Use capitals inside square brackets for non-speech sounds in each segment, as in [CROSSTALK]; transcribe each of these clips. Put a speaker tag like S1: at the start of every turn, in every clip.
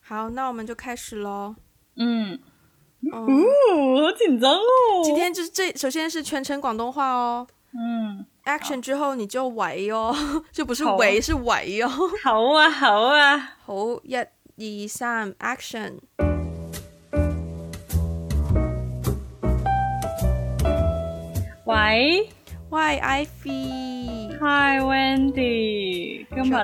S1: 好，那我们就开始喽。
S2: 嗯，
S1: 嗯，
S2: 哦，好紧张哦。
S1: 今天就是这，首先是全程广东话哦。
S2: 嗯，
S1: Action 之后你就喂哦， [LAUGHS] 就不是
S2: 好啊
S1: 喂是喂哦。
S2: 好啊，好啊。
S1: 好，一、二、三，Action！
S2: 喂，
S1: 喂，Ivy，
S2: [LAUGHS] Hi Wendy，今日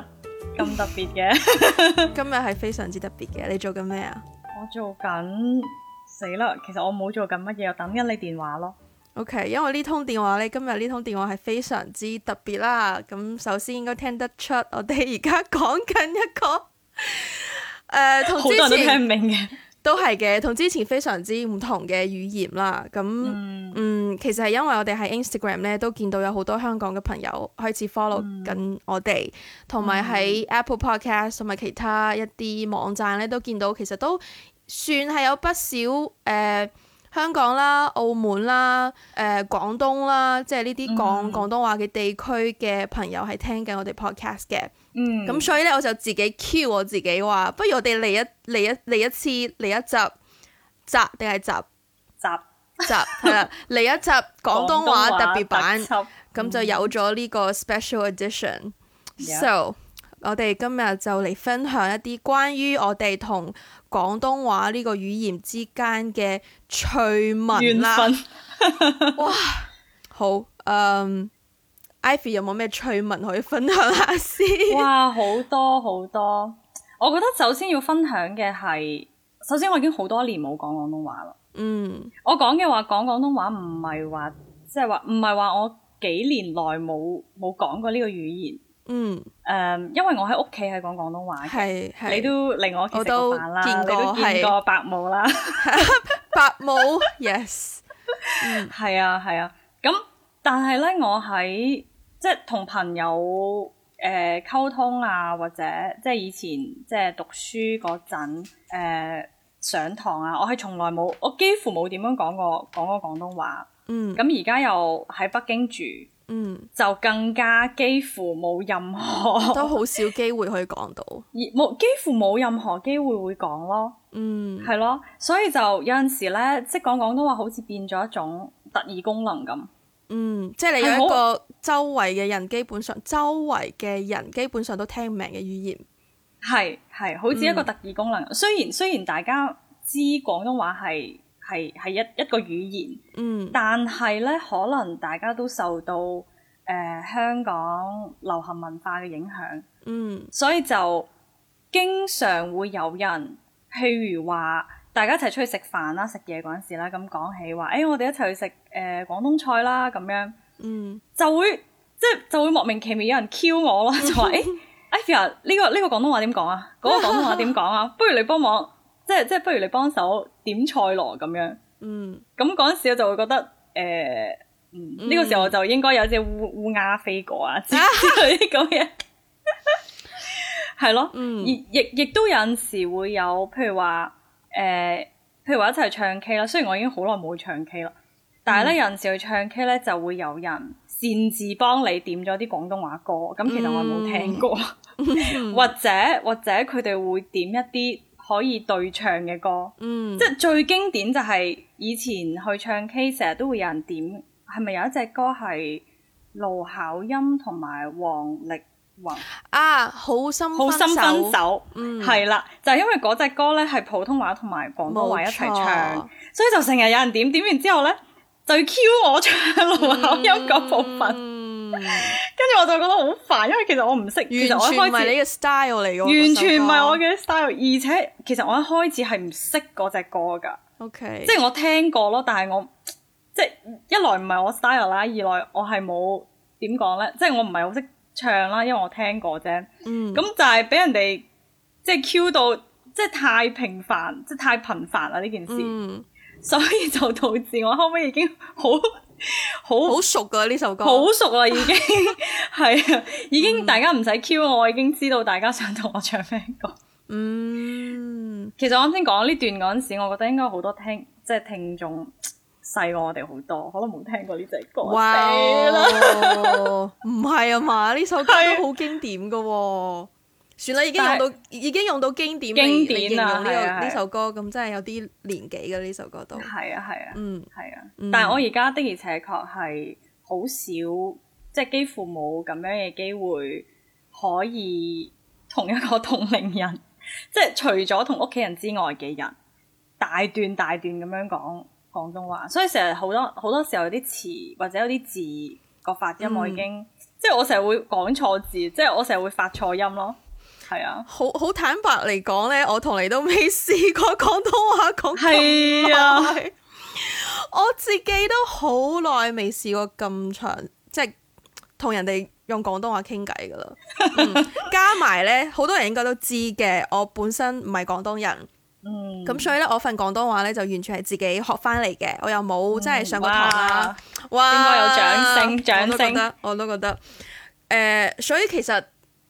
S2: 咁特別嘅，
S1: 今日係非常之特別嘅，你做緊咩啊
S2: [LAUGHS] 我做緊死啦，其實我冇做緊乜嘢，我等緊你電話咯。
S1: ？OK，因為呢通電話你今日呢通電話係非常之特別啦。咁首先應該聽得出，我哋而家講緊一 [LAUGHS] 個誒，同、
S2: 好多人
S1: 之
S2: 都
S1: 前
S2: 聽唔明嘅。
S1: 都係嘅，同之前非常之唔同嘅語言啦。咁
S2: 嗯
S1: 嗯，其實係因為我哋喺 Instagram 咧都見到有好多香港嘅朋友開始 follow
S2: 嗯
S1: 緊我哋，同埋喺 Apple Podcast 同埋其他一啲網站咧都見到，其實都算係有不少誒、呃香港啦、澳門啦、誒、呃、廣東啦，即係呢啲講
S2: 嗯
S1: 廣東話嘅地區嘅朋友係聽緊我哋 podcast 嘅。
S2: 嗯，
S1: 咁、所以咧我就自己 cue 我自己話，不如我哋嚟一嚟一嚟一次嚟一集集定係集？
S2: 集
S1: 集係啦，嚟一集廣東話特別版，
S2: 輯
S1: 咁就有咗呢個 special edition。
S2: Yeah
S1: So 我哋今日就嚟分享一啲關於我哋同廣東話呢個語言之間嘅趣聞
S2: 緣
S1: 啦。
S2: 分。 [LAUGHS]
S1: 好，嗯，Ivy 有冇咩趣聞可以分享下
S2: [LAUGHS]
S1: 先？
S2: 哇，好多好多！我覺得首先要分享嘅係，首先我已經好多年冇講廣東話啦。
S1: 嗯
S2: 我講嘅話講廣東話唔係話，即係話唔係話我幾年內冇冇講過呢個語言。
S1: 嗯，
S2: 誒、因為我喺屋企係講廣東話嘅。
S1: 係係。
S2: 你都令我屋企食過飯啦，
S1: 我都見過
S2: 你都見過白母啦，
S1: 白母，yes，嗯
S2: 係啊係啊。咁但係咧，我喺即係同朋友誒、呃、溝通啊，或者即係以前即係讀書嗰陣誒上堂啊，我係從來冇，我幾乎冇點樣講過講過廣東話。
S1: 嗯
S2: 咁而家又喺北京住，
S1: 嗯，
S2: 就更加幾乎冇任
S1: 都
S2: [LAUGHS] 何
S1: 好少機會可以講到。
S2: 冇幾乎冇任何機會會講咯，
S1: 嗯
S2: 係咯，所以就有陣時咧，即係講廣東話好似變咗一種特異功能咁，
S1: 嗯，即係你有
S2: 係好
S1: 一個周圍嘅人，基本上周圍嘅人基本上都聽唔明嘅語言。
S2: 係係好似一個
S1: 嗯
S2: 特異功能。雖然雖然大家知廣東話係係係一一個語言，
S1: 嗯
S2: 但係咧可能大家都受到誒、呃香港流行文化嘅影響。
S1: 嗯
S2: 所以就經常會有人，譬如話大家一齊出去食飯啦、食嘢嗰陣時啦，咁講起話，誒、我哋一齊去食誒、呃、廣東菜啦，咁樣
S1: 嗯
S2: 就會 [LAUGHS] 即係就會莫名其妙有人 Q 我咯，就話誒 Ivy 呢、個呢、個廣東話點講啊？嗰、個廣東話點講啊？不如你幫忙，即係即係不如你幫手點菜咯咁樣。
S1: 嗯
S2: 咁嗰陣時我就會覺得誒。呃嗯呢、個時候我就應該有隻烏烏鴉飛過啊 [LAUGHS] 之之類啲咁嘅，係咯，
S1: 嗯
S2: 亦亦亦都有陣時會有，譬如話誒、呃譬如話一齊唱 K 啦。雖然我已經好耐冇去唱 K 啦，但係咧、有陣時去唱 K 咧就會有人擅自幫你點咗啲廣東話歌，咁其實我係冇聽過， [LAUGHS] 或者或者佢哋會點一啲可以對唱嘅歌，
S1: 嗯，
S2: 即係最經典就係以前去唱 K 成日都會有人點，係咪有一隻歌係盧巧音同埋黃力宏？
S1: 啊，好心
S2: 好心分
S1: 手，
S2: 手，
S1: 嗯
S2: 係啦、就係因為嗰隻歌咧係普通話同埋廣東話一齊唱，。所以就成日有人點點完之後咧，就要 Q 我唱盧巧音嗰部分，跟住、
S1: 嗯，
S2: 我就覺得好煩，因為其實我唔識，其實
S1: 完
S2: 我一
S1: 全唔
S2: 開
S1: 係
S2: 始
S1: 你嘅 style 嚟嘅喎，
S2: 完全唔係我
S1: 嘅。
S2: 嘅 style，而且其實我一開始係唔識嗰隻歌㗎，
S1: O K，
S2: 即係我聽過咯，但係我即係一來唔係我 style 啦，二來我係冇點講咧，即係我唔係好識唱啦，因為我聽過啫。
S1: 嗯
S2: 咁就係俾人哋即係 Q 到，即係太平凡，即係太頻繁啦呢件事，
S1: 嗯，
S2: 所以就導致我後尾已經好好
S1: 好熟啊噶呢首歌。
S2: 好熟啦，
S1: [LAUGHS]
S2: 已經係啊，已
S1: 嗯
S2: 經大家唔使 Q 我，我已經知道大家想同我唱咩歌。
S1: 嗯，
S2: 其實我啱先講呢段嗰陣時，我覺得應該好多聽即係聽眾細我哋好多，可能冇聽過呢隻歌。
S1: 哇
S2: 死啦！
S1: 哦，唔係啊嘛，呢首歌
S2: 係
S1: 都好經典噶喎。算啦，已經用
S2: 但係
S1: 到已經用到經典嚟
S2: 經
S1: 嚟
S2: 典
S1: 形
S2: 啊
S1: 容呢
S2: 係啊係
S1: 個
S2: 啊
S1: 呢首歌，咁真係有啲年紀嘅呢首歌都，
S2: 係啊係啊
S1: 嗯
S2: 係啊
S1: 嗯，
S2: 但係我而家的而且確係好少，即係幾乎冇咁樣嘅機會可以同一個同齡人， [LAUGHS] 即係除咗同屋企人之外嘅人，大段大段咁樣講廣東話，所以成日好多好多時候有啲詞或者有啲字個發音
S1: 嗯
S2: 我已經，即係我成日會講錯字，即係我成日會發錯音咯，係啊。
S1: 好好坦白嚟講呢，我同你都未試過廣東話講咁
S2: 係啊
S1: 耐， [LAUGHS] 我自己都好耐未試過咁長，即係同人哋用廣東話傾偈噶啦。
S2: [LAUGHS]
S1: 嗯加埋呢，好多人應該都知嘅，我本身唔係廣東人，
S2: 嗯，
S1: 咁所以呢，我份廣東話呢，就完全係自己學翻嚟嘅，我又冇真係上過堂啦。
S2: 嗯哇
S1: 哇！
S2: 應該有掌聲掌聲
S1: 我都覺得，我都覺得。誒、所以其實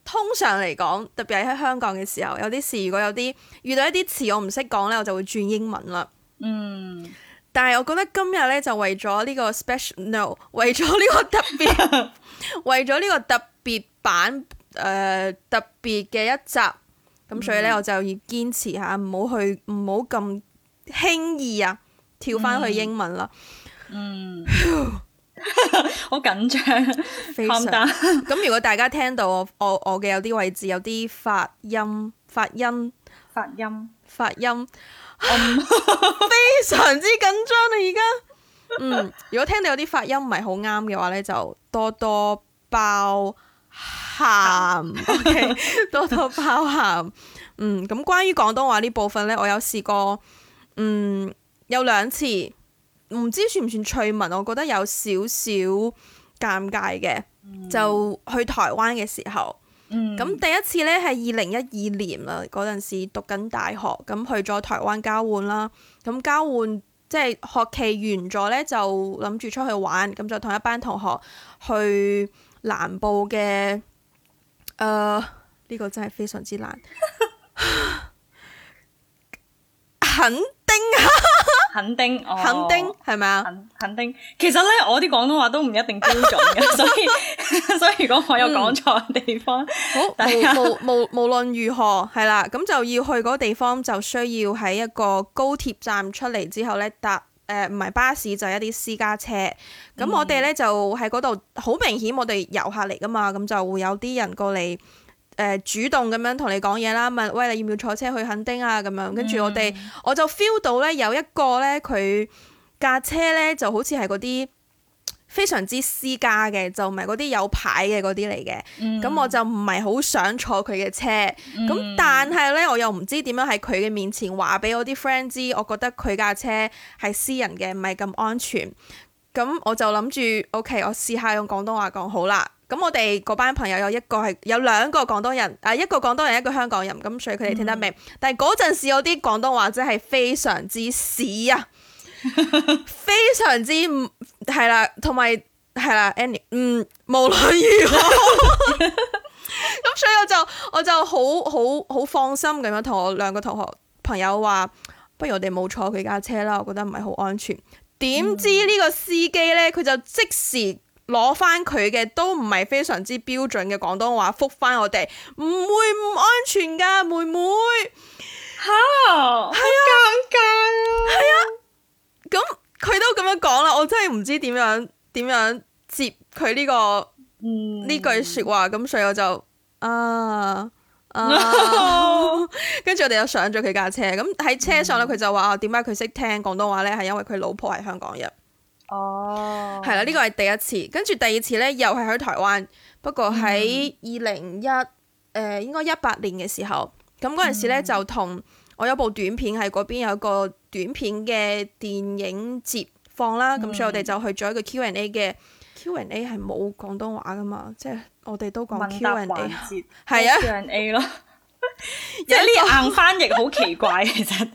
S1: 通常嚟講，特別係喺香港嘅時候，有啲事如果有啲遇到一啲詞我唔識講咧，我就會轉英文啦。
S2: [LAUGHS] 嗯。
S1: 但係我覺得今日咧就為咗呢個 special no，為咗呢個特
S2: [LAUGHS]
S1: 別，為咗呢個特別版誒、呃特別嘅一集，
S2: 嗯
S1: 咁所以咧、我就要堅持下，唔好去唔好咁輕易啊跳翻去英文啦，
S2: 嗯，好緊張
S1: 非
S2: [LAUGHS]
S1: 常
S2: calm。down
S1: 咁如果大家聽到我我我嘅有啲位置有啲發音發音
S2: 發音，
S1: 發音， [LAUGHS] 非常之緊張啊！而家，嗯，如果聽到有啲發音唔係好啱嘅話咧，就多多包涵，OK，多多包涵。嗯，咁關於廣東話呢部分咧，我有試過，嗯，有兩次，唔知算唔算趣聞，我覺得有少少尷尬嘅，就去台灣嘅時候。
S2: 嗯，
S1: 咁第一次呢係二零一二年啦，嗰陣時讀緊大學，咁去咗台灣交換啦。咁交換即係學期完咗呢，就諗住出去玩，咁就同一班同學去南部嘅誒呃呢個真係非常之
S2: [LAUGHS]
S1: 難，墾丁
S2: 肯定，哦
S1: 墾丁係咪啊？
S2: 肯肯定。其實咧，我啲廣東話都唔一定標準
S1: [LAUGHS]
S2: 嘅，所以 [LAUGHS] 所以如果我有講錯嘅地方，
S1: 好，
S2: 大家
S1: 無無無無論如何係啦，咁就要去嗰個地方，就需要喺一個高鐵站出嚟之後呢，搭誒唔係巴士就係一啲私家車。咁我哋呢，就喺嗰度，好明顯我哋遊客嚟噶嘛，咁就會有啲人過嚟。誒、主動咁樣同你講嘢啦，問喂你要唔要坐車去墾丁啊咁樣，跟住我哋、我就 feel 到呢，有一個呢，佢架車呢就好似係嗰啲非常之私家嘅，就唔係嗰啲有牌嘅嗰啲嚟嘅。咁、我就唔係好想坐佢嘅車，咁、但係呢，我又唔知點樣喺佢嘅面前話俾我啲 friend 知，我覺得佢架車係私人嘅，唔係咁安全。咁我就諗住，OK，我試下用廣東話講好啦。咁我哋嗰班朋友有一個係有兩個廣東人，啊一個廣東人一個香港人，咁所以佢哋聽得明。但係嗰陣時我啲廣東話真係非常之屎啊，非常之唔係啦，同埋係啦，any 嗯，無論如何，咁所以我就我就好好好放心咁樣同我兩個同學朋友話，不如我哋冇坐佢架車啦，我覺得唔係好安全。點知呢個司機呢，佢就即時攞翻佢嘅都唔係非常之標準嘅廣東話覆翻我哋，唔會唔安全㗎，妹妹。
S2: 啊，係啊，尷尬啊，
S1: 咁佢都咁樣講啦，我真係唔知點樣點樣接佢呢、個
S2: 嗯
S1: 呢句説話，咁所以我就啊。 [LAUGHS] 啊
S2: No
S1: 跟住我哋就上咗佢架車，咁喺車上
S2: 嗯
S1: 咧，佢就話啊，點解佢識聽廣東話呢？係因為佢老婆係香港人。
S2: 哦，
S1: 係啦，呢個係第一次，跟住第二次呢，又係喺台灣，不過
S2: 嗯
S1: 喺二零一誒應該一八年嘅時候，咁嗰陣時
S2: 嗯
S1: 咧就同我有部短片喺嗰邊有個短片嘅電影節放啦，
S2: 嗯
S1: 咁、所以我哋就去咗一個 Q&A 嘅 Q&A 係冇廣東話噶嘛，即係我哋都講
S2: 問答環哦
S1: Q&A，
S2: 節
S1: 係啊
S2: ，Q&A 咯，即
S1: 有
S2: 係
S1: 一個
S2: 呢硬翻譯好奇怪，其實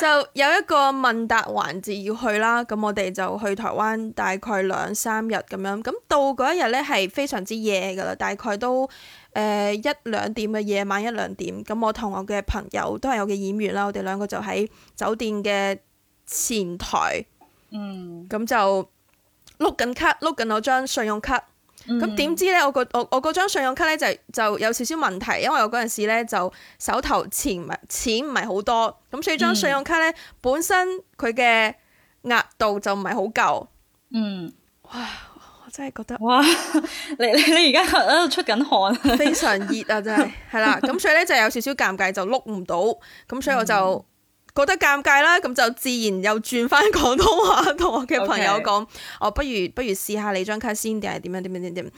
S1: 就有一個問答環節要去啦，咁我哋就去台灣大概兩三日咁樣，咁到嗰一日呢，係非常之夜㗎啦，大概都誒、呃一兩點嘅夜晚一兩點，咁我同我嘅朋友都係我嘅演員啦，我哋兩個就喺酒店嘅前台，
S2: 嗯
S1: 嗯咁就碌緊卡，碌緊我張信用卡，
S2: 嗯
S1: 咁點知咧？我個我我嗰張信用卡咧就就有少少問題，因為我嗰陣時咧就手頭錢唔係錢唔係好多，咁所以張信用卡咧本身佢嘅額度就唔係好夠。
S2: 嗯，
S1: 我真係覺得
S2: 哇！你你你而家喺度出緊汗，
S1: 非常熱啊！真係係啦，咁所以咧就有少少尷尬，就碌唔到，咁所以我就覺得尷尬啦，咁就自然又轉翻廣東話同我嘅朋友
S2: OK
S1: 講，我不如不如試下你張卡先，定係點樣點樣點點？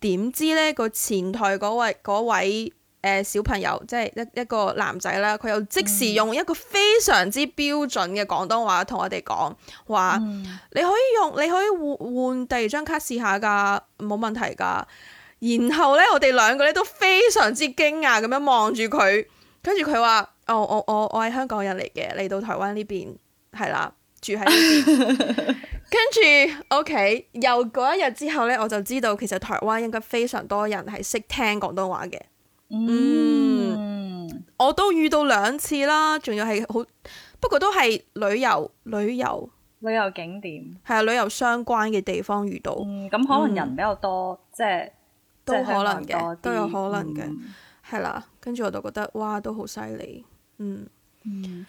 S1: 點知咧個前台嗰位嗰位。誒、小朋友，即係一一個男仔啦，佢又即時用一個非常之標準嘅廣東話同我哋講話，你可以用，你可以換換第二張卡試下㗎，冇問題㗎。然後咧，我哋兩個咧都非常之驚訝咁樣望住佢，跟住佢話：哦，我我我係香港人嚟嘅，嚟到台灣呢邊係啦，住喺呢邊。跟住 OK，又嗰一日之後咧，我就知道其實台灣應該非常多人係識聽廣東話嘅。
S2: 嗯，
S1: 我都遇到兩次啦，仲要係好，不過都係旅遊旅遊
S2: 旅遊景點，
S1: 係啊旅遊相關嘅地方遇到。
S2: 嗯，咁可能人比較多，即係
S1: 都
S2: 即係香
S1: 可
S2: 港
S1: 能嘅
S2: 人多啲
S1: 都有可能嘅
S2: 嗯
S1: 係啦，跟住我就覺得哇，都好犀利，嗯，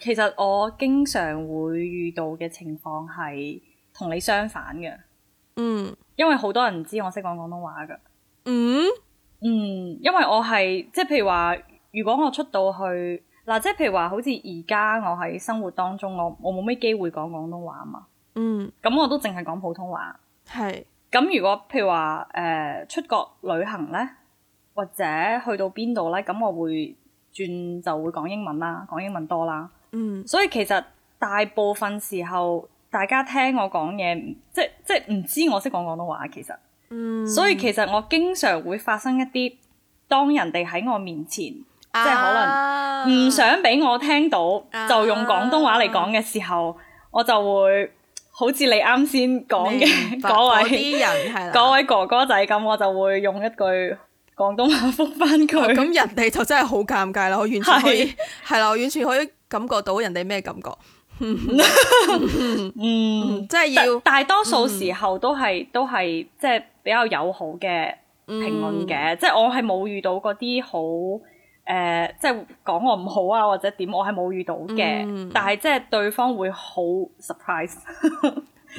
S2: 其實我經常會遇到嘅情況係同你相反嘅，
S1: 嗯，
S2: 因為好多人唔知我識講廣東話㗎。
S1: 嗯，
S2: 嗯，因為我係即係譬如話，如果我出到去嗱，即係譬如話，好似而家我喺生活當中，我我冇咩機會講廣東話嘛，
S1: 嗯，
S2: 咁我都淨係講普通話。
S1: 係，
S2: 咁如果譬如話誒、呃出國旅行咧，或者去到邊度咧，咁我會轉就會講英文啦，講英文多啦。
S1: 嗯，
S2: 所以其實大部分時候，大家聽我講嘢，唔即即唔知我識講廣東話。其實，
S1: 嗯，
S2: 所以其實我經常會發生一啲，當人哋喺我面前
S1: 啊
S2: 即係可能
S1: 能
S2: 唔想俾我聽到，
S1: 啊
S2: 就用廣東話嚟講嘅時候，我就會好似你啱先講嘅 [LAUGHS] 嗰位
S1: 啲人係啦，
S2: 嗰位哥哥仔咁，我就會用一句廣東話覆翻佢。
S1: 哦咁人哋就真係好尷尬啦，我完全可以係啦，我完全可以感覺到人哋咩感覺，
S2: 嗯。
S1: 嗯，即係要嗯
S2: 但大多數時候都係、都係即係比較友好嘅
S1: 嗯
S2: 評論嘅，即係我係冇遇到嗰啲好誒，即係講我唔好啊或者點，我係冇遇到嘅。
S1: 嗯
S2: 但係即係對方會好 surprise，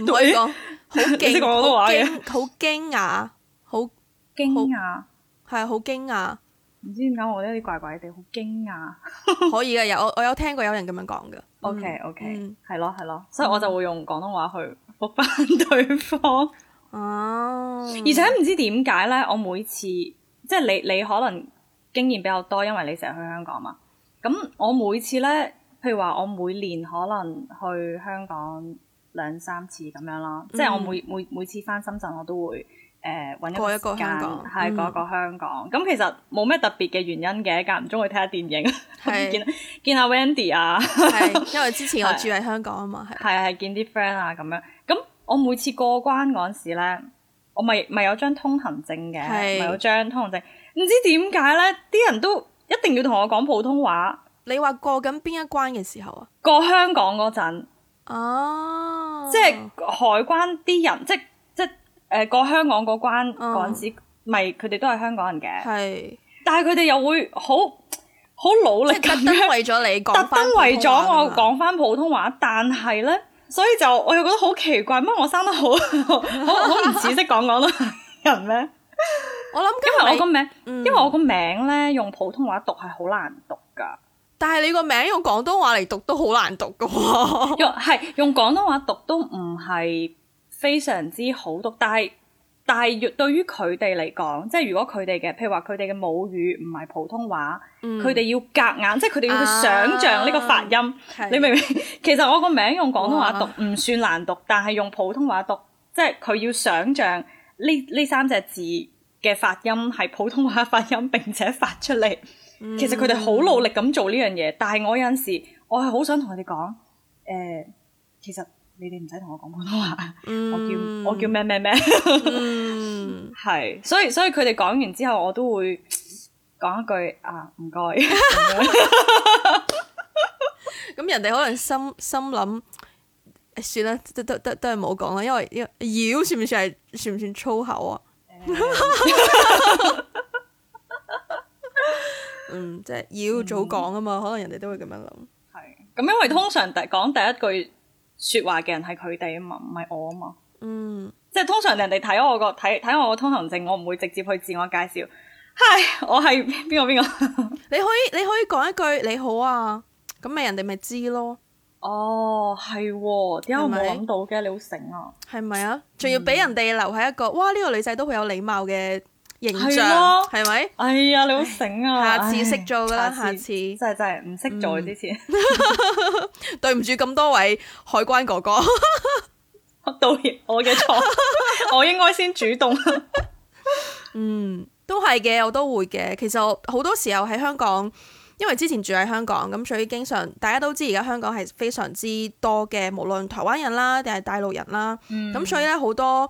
S1: 唔可以講好
S2: [LAUGHS] 你識
S1: 驚，
S2: 講廣東話
S1: 好
S2: 嘅
S1: 驚，好驚訝，好
S2: 驚訝，
S1: 係好驚
S2: [LAUGHS]
S1: 訝，
S2: 唔知點解我覺得有啲怪怪地，好驚
S1: 嗯
S2: 訝。
S1: 可以嘅，有我我有聽過有人咁樣講嘅
S2: OK OK，
S1: 嗯
S2: 係咯係咯，所以我就會用廣東話去覆翻 [LAUGHS] 對方。
S1: 哦，
S2: 而且唔知點解咧，我每次即係你你可能經驗比較多，因為你成日去香港嘛。咁我每次咧，譬如話我每年可能去香港兩三次咁樣啦，
S1: 嗯
S2: 即係我每每每次翻深圳我都會誒揾、
S1: 過一
S2: 一個
S1: 個
S2: 時間
S1: 香港
S2: 係
S1: 嗯
S2: 過一個香港。咁、其實冇咩特別嘅原因嘅，間唔中去睇下電影，
S1: 係
S2: [LAUGHS] 見見下 Wendy 啊。 [LAUGHS]
S1: 係，因為之前我住喺香港啊嘛，係，
S2: 係係見啲 friend 啊咁樣。咁我每次過關嗰陣時咧，我咪咪有張通行證嘅，
S1: 係
S2: 咪有張通行證。唔知點解咧，啲人都一定要同我講普通話。
S1: 你話過緊邊一關嘅時候啊？
S2: 過香港嗰陣，
S1: 哦，
S2: 即係海關啲人，即即誒、呃、過香港嗰關
S1: 嗯
S2: 嗰陣時，咪佢哋都係香港人嘅，
S1: 係
S2: 但係佢哋又會好好努力
S1: 即係
S2: 咁
S1: 特
S2: 樣
S1: 登為咗你講
S2: 特
S1: 返普通話啊嘛，
S2: 登為咗我講翻普通話，但係咧，所以就我又覺得好奇怪，乜我生得好 [LAUGHS] 好好唔似識講廣
S1: [LAUGHS]
S2: 東人咩？
S1: 我
S2: 因
S1: 諗
S2: 為我個
S1: 緊你，
S2: 名，
S1: 嗯
S2: 因為我個名咧用普通話讀係好難讀噶，
S1: 但係你個名用廣東話嚟讀都好難讀噶
S2: [LAUGHS]
S1: 喎。
S2: 用係用廣東話讀都唔係非常之好讀，但係但係對於佢哋嚟講，即係如果佢哋嘅，譬如話佢哋嘅母語唔係普通話，佢哋、要夾硬，即係佢哋要去
S1: 嗯啊
S2: 想像呢個發音。
S1: 係啊
S2: 你明唔 [LAUGHS] 明？其實我個名用廣東話
S1: 哇
S2: 讀唔算難讀，但係用普通話讀，即係佢要想像呢呢三隻字嘅發音係普通話發音，並且發出嚟。
S1: 嗯
S2: 其實佢哋好努力咁做呢樣嘢，但係我有陣時，我係好想同佢哋講，誒、其實你哋唔使同我講普通話，我
S1: 嗯
S2: 叫我叫咩咩咩，
S1: 嗯，
S2: 係，所以所以佢哋講完之後，我都會講一句啊唔該。
S1: [LAUGHS]
S2: [LAUGHS]
S1: 咁人哋可能心心諗， [LAUGHS] 哎誒算啦，都都都都係冇講啦，因為因為妖算唔算係算唔算粗口啊？
S2: 誒
S1: 嗯，即係要早講啊
S2: 嗯
S1: 嘛，可能人哋都會咁樣諗。
S2: 係咁，因為通常第講第一句説話嘅人係佢哋啊嘛，唔係我啊嘛。
S1: 嗯，
S2: 即係通常人哋睇我個睇睇我個通行證，我唔會直接去自我介紹。嗨，我係邊個邊個？ [LAUGHS]
S1: 你可以你可以講一句你好啊，咁咪人哋咪知咯，
S2: 哦，係喎，點解我冇
S1: 係咪
S2: 諗到嘅？你好醒啊！
S1: 係咪啊？仲要俾人哋留喺一個哇呢個女仔都好有禮貌嘅形象，
S2: 係咯
S1: 係咪？
S2: 哎呀，你好醒啊！
S1: [LAUGHS] 下次識做㗎啦
S2: 唉
S1: 下次嗯
S2: 真係真係唔識做之前，
S1: 對唔住咁多位海關哥哥， [LAUGHS]
S2: 我道歉，我嘅
S1: [LAUGHS]
S2: 錯，我應該先主動。
S1: 嗯，都係嘅，我都會嘅。其實我好多時候喺香港，因為之前住喺香港，咁所以經常大家都知而家香港係非常之多嘅，無論台灣人啦，定係大陸人啦。
S2: 嗯
S1: 咁、所以咧好多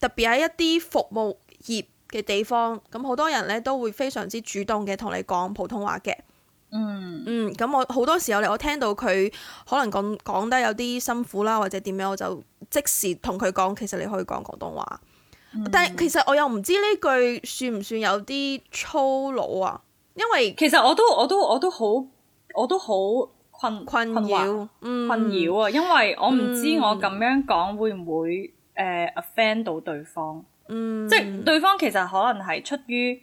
S1: 特別喺一啲服務業嘅地方，咁好多人咧都會非常之主動嘅同你講普通話嘅。
S2: 嗯，
S1: 嗯，咁我好多時候咧，我聽到佢可能講講得有啲辛苦啦，或者點樣，我就即時同佢講，其實你可以講廣東話。
S2: 嗯
S1: 但係其實我又唔知呢句算唔算有啲粗魯啊？因為
S2: 其實我都我都我都好我都好困
S1: 困
S2: 惑
S1: 擾，嗯，
S2: 困擾啊，因為我唔知我咁樣講會唔會誒 offend 到對方，
S1: 嗯，
S2: 即係對方其實可能係出於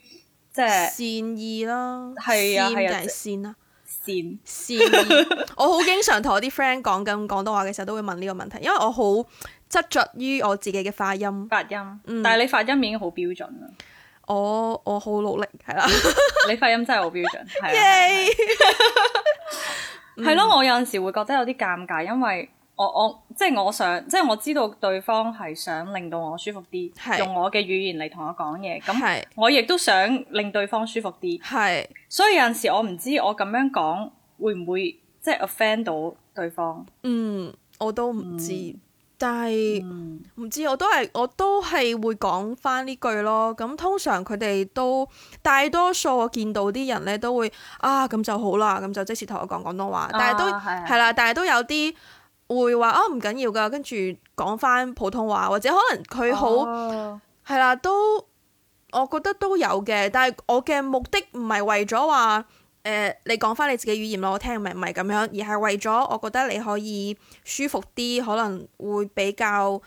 S2: 即係
S1: 善意啦，
S2: 係啊
S1: 善
S2: 係啊
S1: 定係善啊？
S2: 善，
S1: 善意。 [LAUGHS] 我好經常同我啲 friend 講緊廣東話嘅時候，都會問呢個問題，因為我好執着於我自己嘅發音。
S2: 發音，
S1: 嗯
S2: 但係你發音已經好標準
S1: [LAUGHS]
S2: 啦，
S1: 我我好努力，係啦，
S2: 你發音真係好標準，係啊係啊。
S1: 耶！嗯
S2: 係咯，我有陣時會覺得有啲尷尬，因為我我即係我想，即係我知道對方係想令到我舒服啲，
S1: 係
S2: 用我嘅語言嚟同我講嘢，啊咁
S1: 係
S2: 我亦都想令對方舒服啲，
S1: 係
S2: 所以有陣時我唔知我咁樣講會唔會即係 offend 到對方。
S1: 嗯，我都唔知，但係
S2: 嗯，
S1: 唔知我都係我都係會講翻呢句咯。咁通常佢哋都大多數我見到啲人咧都會啊咁就好啦，咁就即時同我講廣東話，但係都
S2: 啊係啊
S1: 係啦，但係都有啲會話啊唔緊要㗎，跟住講翻普通話，或者可能佢好
S2: 哦
S1: 係啦，都我覺得都有嘅，但係我嘅目的唔係為咗話誒你講翻你自己語言咯，我聽明唔係咁樣，而係為咗我覺得你可以舒服啲，可能會比較，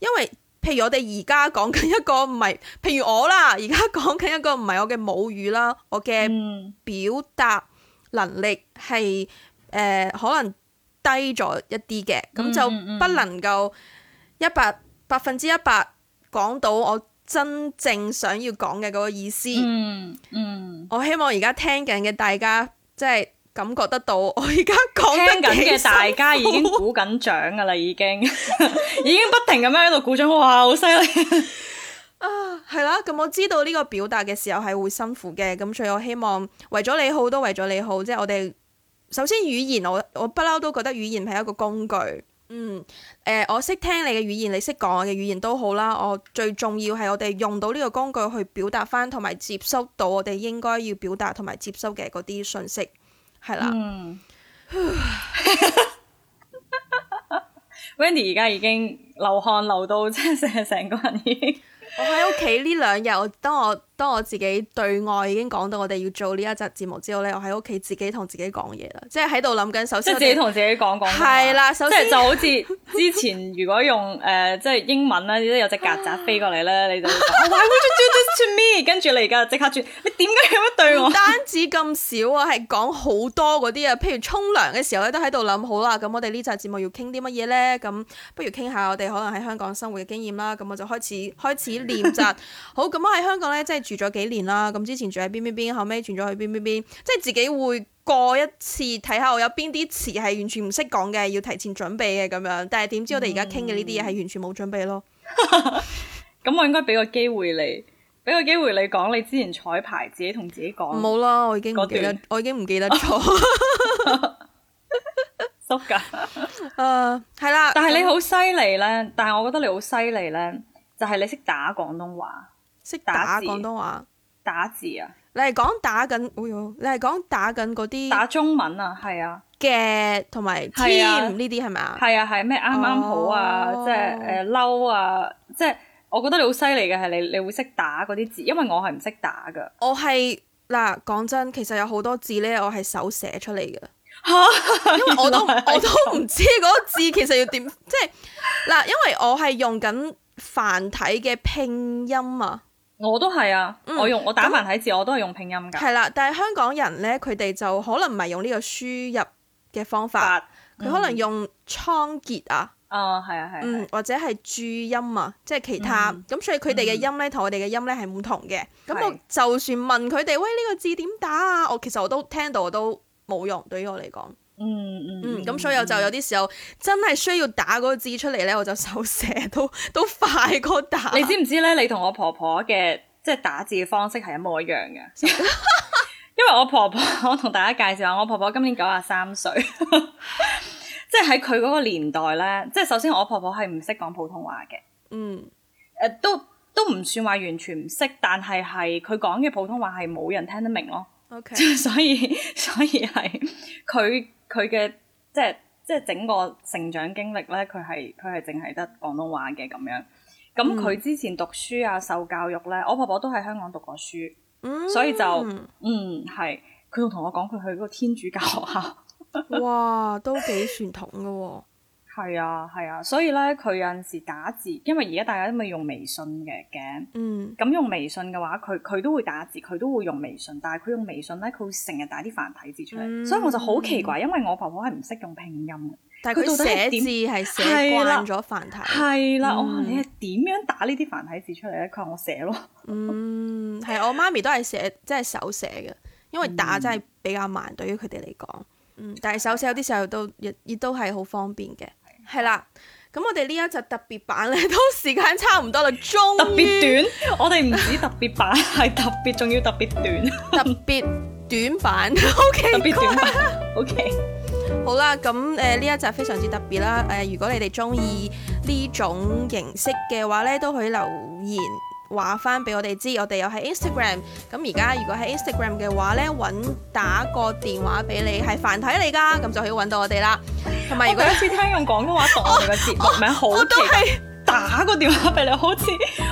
S1: 因為譬如我哋而家講緊一個唔係，譬如我啦，而家講緊一個唔係我嘅母語啦，我嘅
S2: 嗯
S1: 表達能力係誒、呃可能低咗一啲嘅，咁就
S2: 嗯嗯
S1: 不能夠一百百分之一百講到我真正想要講嘅嗰個意思。
S2: 嗯嗯，
S1: 我希望而家聽緊嘅大家，即係感覺得到我而家講
S2: 聽緊
S1: 得幾
S2: 嘅大家已經
S1: 辛苦
S2: 鼓緊掌㗎啦，已經 [LAUGHS] 已經不停咁樣喺度鼓掌，哇，好犀利！
S1: 啊，係啦，咁我知道呢個表達嘅時候係會辛苦嘅，咁所以我希望為咗你好都為咗你好，即係我哋首先語言，我我不嬲都覺得語言係一個工具。嗯，誒、我識聽你嘅語言，你識講我嘅語言都好啦。我最重要係我哋用到呢個工具去表達翻，同埋接收到我哋應該要表達同埋接收嘅嗰啲信息，係啦。 [LAUGHS]
S2: 嗯 Wendy 而家已經流汗流到，即係成成個人已經
S1: 我喺屋企呢兩日，我當我當我自己對外已經講到我哋要做呢一集節目之後呢，我喺屋企自己同自己講嘢啦，即係喺度諗緊首
S2: 即
S1: 先
S2: 係
S1: 我
S2: 自己
S1: 哋
S2: 同自己講講㗎嘛。
S1: 係啦首先
S2: 即係就好似之前如果用誒、呃即係英文咧，即係有隻曱甴飛過
S1: [LAUGHS]
S2: 嚟咧，你就會講 Why would you do this to me？跟住你而家就即刻轉，你點解咁樣對我
S1: 唔？單止咁少啊，係講好多嗰啲啊，譬如沖涼嘅時候咧，都喺度諗好啦。咁我哋呢集節目要傾啲乜嘢呢？咁不如傾下我哋可能喺香港生活嘅經驗啦。咁我就開始開始練習。好，咁我喺香港呢，即係住咗幾年啦。咁之前住喺邊邊邊，後尾轉咗去邊邊邊，即係自己會過一次睇下我有邊啲詞係完全唔識講嘅，要提前準備嘅咁樣。但係點知我哋而家傾嘅呢啲嘢係完全冇準備咯。
S2: 咁我應該俾個機會你，俾個機會你講你之前彩排自己同自己講。
S1: 冇啦，我已經唔記得
S2: 嗰段，
S1: 我已經唔記得咗。
S2: 縮
S1: [LAUGHS]
S2: 㗎。
S1: 啊，係啦。
S2: 但係你
S1: 咁
S2: 好犀利咧，但係我覺得你好犀利咧，就係、你識打廣東話
S1: 識打
S2: 打字
S1: 廣東話。
S2: 打字啊，
S1: 你係講打緊，哎呦，你係講打緊嗰啲
S2: 打中文啊，係啊，
S1: 嘅同埋
S2: 係啊
S1: team 呢啲係咪啊？
S2: 係啊，係咩啱啱好啊，
S1: 哦
S2: 即係誒嬲啊，即係我覺得你好犀利嘅係你，你會識打嗰啲字，因為我係唔識打噶。
S1: 我係嗱講真，其實有好多字咧，我係手寫出嚟嘅。因為我都
S2: [LAUGHS] 原來係
S1: 我都唔知嗰個字其實要點，即係嗱，因為我係用緊繁體嘅拼音啊，
S2: 我都係啊，
S1: 嗯
S2: 我用我打
S1: 咁
S2: 繁體字我都係用拼音㗎。
S1: 係啦，但係香港人咧，佢哋就可能唔係用呢個輸入嘅方法，
S2: 發
S1: 佢可能
S2: 嗯
S1: 用倉頡啊，
S2: 啊，係啊係啊係
S1: 嗯
S2: 啊，，
S1: 或者係注音啊，即係其他，
S2: 嗯
S1: 咁、所以佢哋嘅音咧同我哋嘅音咧係唔同嘅。咁
S2: 係
S1: 我就算問佢哋，喂呢、個字點打啊？我其實我都聽到我都冇用，對於我嚟講。
S2: 嗯
S1: 嗯，
S2: 嗯
S1: 咁所以我就有啲時候真係需要打嗰個字出嚟咧，我就手寫都 [LAUGHS] 都快過打。
S2: 你知唔知咧？你同我婆婆嘅即係打字嘅方式係一模一樣嘅，
S1: [LAUGHS]
S2: 因為我婆婆，我同大家介紹下，我婆婆今年九十三歲， [LAUGHS] 即係喺佢嗰個年代咧，即係首先我婆婆係唔識講普通話嘅，誒、
S1: 嗯
S2: 都都唔算話完全唔識，但係係佢講嘅普通話係冇人聽得明咯， [LAUGHS]
S1: ，OK，
S2: 所以 [LAUGHS] 所以係 [LAUGHS] 佢佢嘅即係即係整個成長經歷咧，佢係佢係淨係得廣東話嘅咁樣。咁佢之前讀書啊、受教育咧，我婆婆都喺香港讀過書，
S1: 嗯
S2: 所以就嗯係。佢仲同我講佢去嗰個天主教學校，
S1: 哇，都幾傳統噶喎。
S2: 係啊係啊，所以咧佢有陣時打字，因為而家大家都咪用微信嘅嘅，
S1: 嗯
S2: 咁用微信嘅話，佢佢都會打字，佢都會用微信，但係佢用微信咧，佢會成日打啲繁體字出嚟，
S1: 嗯
S2: 所以我就好奇怪，因為我婆婆係唔識用拼音嘅。
S1: 但係
S2: 佢到
S1: 佢
S2: 底係
S1: 寫
S2: 點
S1: 字係寫
S2: 係啦
S1: 慣咗繁體。
S2: 係啦，我話
S1: 嗯
S2: 你係點樣打呢啲繁體字出嚟咧？佢話我寫咯，
S1: 嗯，係我媽咪都係寫，即係手寫嘅，因為打真係比較慢，對於佢哋嚟講。嗯，但係手寫有啲時候都亦亦都係好方便嘅。
S2: 嗯
S1: 係啦，咁我哋呢 [LAUGHS] 一集特別版咧，都時間差唔多啦，
S2: [LAUGHS] 特
S1: 終於。
S2: 別短。我哋唔止特別版，係特別，仲要特別 [LAUGHS] 短，
S1: 特別短版 [LAUGHS] ，OK，
S2: 特別短版。OK， [LAUGHS]
S1: 好啦，咁誒呢一集非常之特別啦。誒、如果你哋中意呢種形式嘅話呢，都可以留言話翻俾我哋知。我哋又喺 Instagram，咁而家如果喺 Instagram 嘅話呢，揾打個電話俾你係繁體嚟㗎，咁就可以揾到我哋啦。同埋
S2: 我
S1: 如果
S2: 第一次聽用廣東話讀我哋嘅節目名，好
S1: 我都
S2: 奇怪。
S1: 係
S2: 打個電話俾你，好似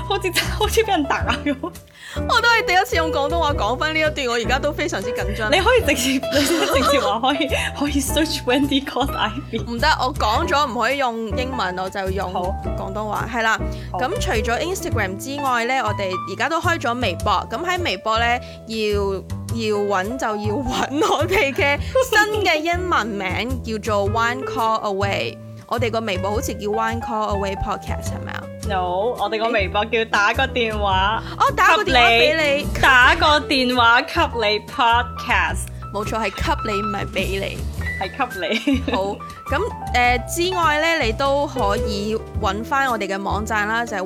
S2: 好似好似俾人打咁。
S1: 我都係第一次用廣東話講翻呢一段，我而家都非常之緊張。
S2: 你可以直接，你直接話可以可以 search Wendy called Ivy。
S1: 唔得，我講咗唔可以用英文，我就用
S2: 好
S1: 廣東話，係啦。
S2: 好
S1: 咁除咗 Instagram 之外呢，我哋而家都開咗微博。咁喺微博呢，要要揾就要揾我哋
S2: [LAUGHS]
S1: 嘅新嘅英文名叫做 One Call Away。我哋個微博好似叫 One Call Away Podcast 係咪啊？
S2: No，我哋個微博叫打個電話。
S1: 我打個電話俾你，
S2: 打個電話給你 podcast，
S1: 冇錯係給你唔係俾你。
S2: 係給你。
S1: 好，咁誒、呃之外咧，你都可以揾翻我哋嘅網站啦，就係、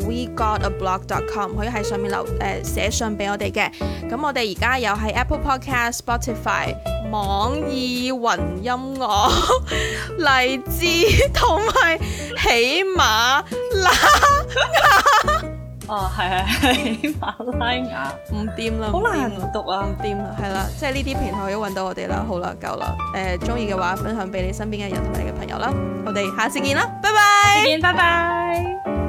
S1: wegotablog.com，可以喺上面留誒、呃、寫信俾我哋嘅。咁我哋而家有喺 Apple Podcast、Spotify、網易雲音樂、 [LAUGHS] 荔枝同埋喜馬啦，
S2: 哦，係係係， [LAUGHS] 喜馬拉雅，
S1: 唔掂啦，
S2: 好
S1: 唔掂啦
S2: 難讀啊
S1: 唔！掂啦，係啦，即係呢啲平台可以揾到我哋啦。好啦，夠啦。誒，中意嘅話，分享俾你身邊嘅人同埋你嘅朋友啦。我哋下次見啦，拜拜。
S2: 再見，拜拜。